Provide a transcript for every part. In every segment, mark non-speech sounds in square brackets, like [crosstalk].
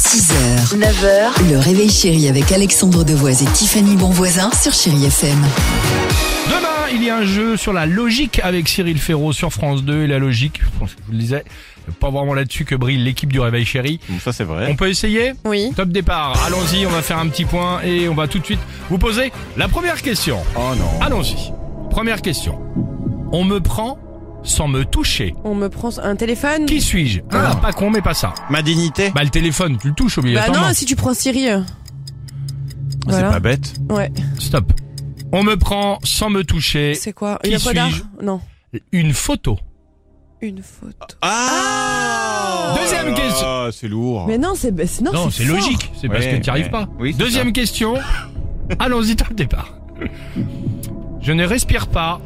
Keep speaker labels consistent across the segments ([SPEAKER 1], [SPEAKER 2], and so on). [SPEAKER 1] 6h, 9h, le réveil chéri avec Alexandre Devoise et Tiffany Bonvoisin sur Chérie FM.
[SPEAKER 2] Demain, il y a un jeu sur la logique avec Cyril Ferraud sur France 2 et la logique, je vous le disais, pas vraiment là-dessus que brille l'équipe du Réveil Chéri.
[SPEAKER 3] Ça c'est vrai.
[SPEAKER 2] On peut essayer
[SPEAKER 4] Oui.
[SPEAKER 2] Top départ, allons-y, on va faire un petit point et on va tout de suite vous poser la première question.
[SPEAKER 3] Oh non.
[SPEAKER 2] Allons-y. Première question. On me prend sans me toucher.
[SPEAKER 4] On me prend un téléphone
[SPEAKER 2] Qui suis-je Ah, pas con, mais pas ça.
[SPEAKER 3] Ma dignité
[SPEAKER 2] Bah, le téléphone, tu le touches
[SPEAKER 4] Bah
[SPEAKER 2] obligatoirement.
[SPEAKER 4] non, si tu prends Siri.
[SPEAKER 2] Ah,
[SPEAKER 4] euh. Voilà.
[SPEAKER 3] C'est pas bête.
[SPEAKER 4] Ouais.
[SPEAKER 2] Stop. On me prend sans me toucher
[SPEAKER 4] C'est quoi
[SPEAKER 2] qui
[SPEAKER 4] Une fois d'art
[SPEAKER 2] suis-je
[SPEAKER 4] Non.
[SPEAKER 2] une photo.
[SPEAKER 4] Une faute.
[SPEAKER 2] ah.
[SPEAKER 3] Ah
[SPEAKER 2] Deuxième
[SPEAKER 3] Oh là
[SPEAKER 2] question.
[SPEAKER 3] là, C'est lourd.
[SPEAKER 4] Mais non, c'est bah, non,
[SPEAKER 2] Non, c'est
[SPEAKER 4] fort.
[SPEAKER 2] logique. C'est parce
[SPEAKER 3] Ouais,
[SPEAKER 2] que tu n'y arrives
[SPEAKER 3] ouais.
[SPEAKER 2] pas.
[SPEAKER 3] Oui, c'est
[SPEAKER 2] Deuxième
[SPEAKER 3] [laughs]
[SPEAKER 2] question. Allons-y, top départ. Je ne respire pas,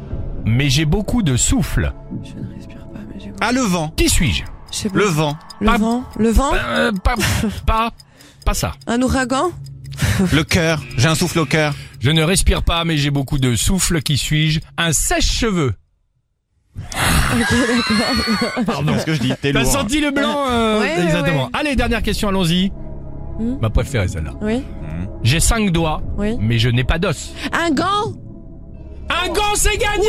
[SPEAKER 2] mais j'ai beaucoup de souffle.
[SPEAKER 4] Je ne respire pas, mais j'ai.
[SPEAKER 3] Ah le vent.
[SPEAKER 2] Qui suis-je
[SPEAKER 4] Je sais pas.
[SPEAKER 3] Le vent.
[SPEAKER 4] Le
[SPEAKER 2] Pas-
[SPEAKER 4] vent. Le vent.
[SPEAKER 2] Euh,
[SPEAKER 4] [laughs]
[SPEAKER 2] Pas, pas, pas ça.
[SPEAKER 4] Un ouragan.
[SPEAKER 3] Le cœur. J'ai un souffle au cœur.
[SPEAKER 2] Je ne respire pas, mais j'ai beaucoup de souffle. Qui suis-je Un sèche-cheveux. Pardon.
[SPEAKER 3] Parce que je dis t'es
[SPEAKER 2] T'as
[SPEAKER 3] lourd. hein.
[SPEAKER 2] senti le blanc euh,
[SPEAKER 4] Ouais, ouais,
[SPEAKER 2] Exactement.
[SPEAKER 4] ouais.
[SPEAKER 2] Allez, dernière question, allons-y.
[SPEAKER 4] Hmm.
[SPEAKER 2] Ma préférée, celle-là.
[SPEAKER 4] Oui.
[SPEAKER 2] J'ai cinq doigts,
[SPEAKER 4] Oui. Oh.
[SPEAKER 2] mais je n'ai pas d'os.
[SPEAKER 4] Un gant.
[SPEAKER 2] Un gant, c'est gagné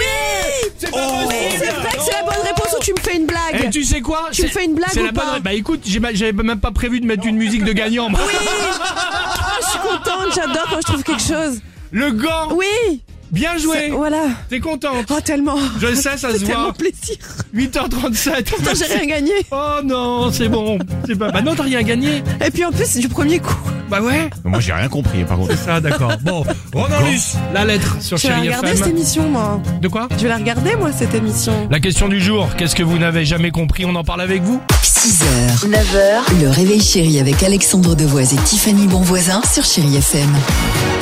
[SPEAKER 2] C'est pas
[SPEAKER 4] Oh.
[SPEAKER 2] possible
[SPEAKER 4] C'est vrai que c'est la bonne réponse ou tu me fais une
[SPEAKER 2] Et
[SPEAKER 4] blague
[SPEAKER 2] Eh, tu sais quoi
[SPEAKER 4] Tu me
[SPEAKER 2] C'est-
[SPEAKER 4] fais une blague
[SPEAKER 2] C'est
[SPEAKER 4] ou
[SPEAKER 2] la bonne.
[SPEAKER 4] pas
[SPEAKER 2] Bah écoute, j'ai ma- j'avais même pas prévu de mettre une musique de gagnant. moi.
[SPEAKER 4] Ah, Je suis contente, j'adore quand je trouve quelque chose.
[SPEAKER 2] Le gant,
[SPEAKER 4] Oui.
[SPEAKER 2] bien
[SPEAKER 4] C'est-
[SPEAKER 2] joué.
[SPEAKER 4] Voilà.
[SPEAKER 2] T'es contente.
[SPEAKER 4] Oh tellement.
[SPEAKER 2] Je sais, ça se
[SPEAKER 4] C'est tellement
[SPEAKER 2] voit.
[SPEAKER 4] plaisir.
[SPEAKER 2] 8h37.
[SPEAKER 4] Pourtant j'ai rien gagné.
[SPEAKER 2] Oh non, c'est bon. C'est pas. Bah non, t'as rien gagné.
[SPEAKER 4] Et puis en plus c'est du premier coup.
[SPEAKER 2] Bah ouais.
[SPEAKER 3] Moi j'ai rien compris par contre.
[SPEAKER 2] Ah d'accord. Bon, Romulus, la lettre sur
[SPEAKER 4] Je vais la
[SPEAKER 2] Chérie
[SPEAKER 4] regarder cette
[SPEAKER 2] FM.
[SPEAKER 4] émission moi.
[SPEAKER 2] De quoi
[SPEAKER 4] Je vais la regarder moi cette émission.
[SPEAKER 2] La question du jour. Qu'est-ce que vous n'avez jamais compris On en parle avec vous.
[SPEAKER 1] 6h, 9h, le réveil chéri avec Alexandre Devoise et Tiffany Bonvoisin sur Chérie FM.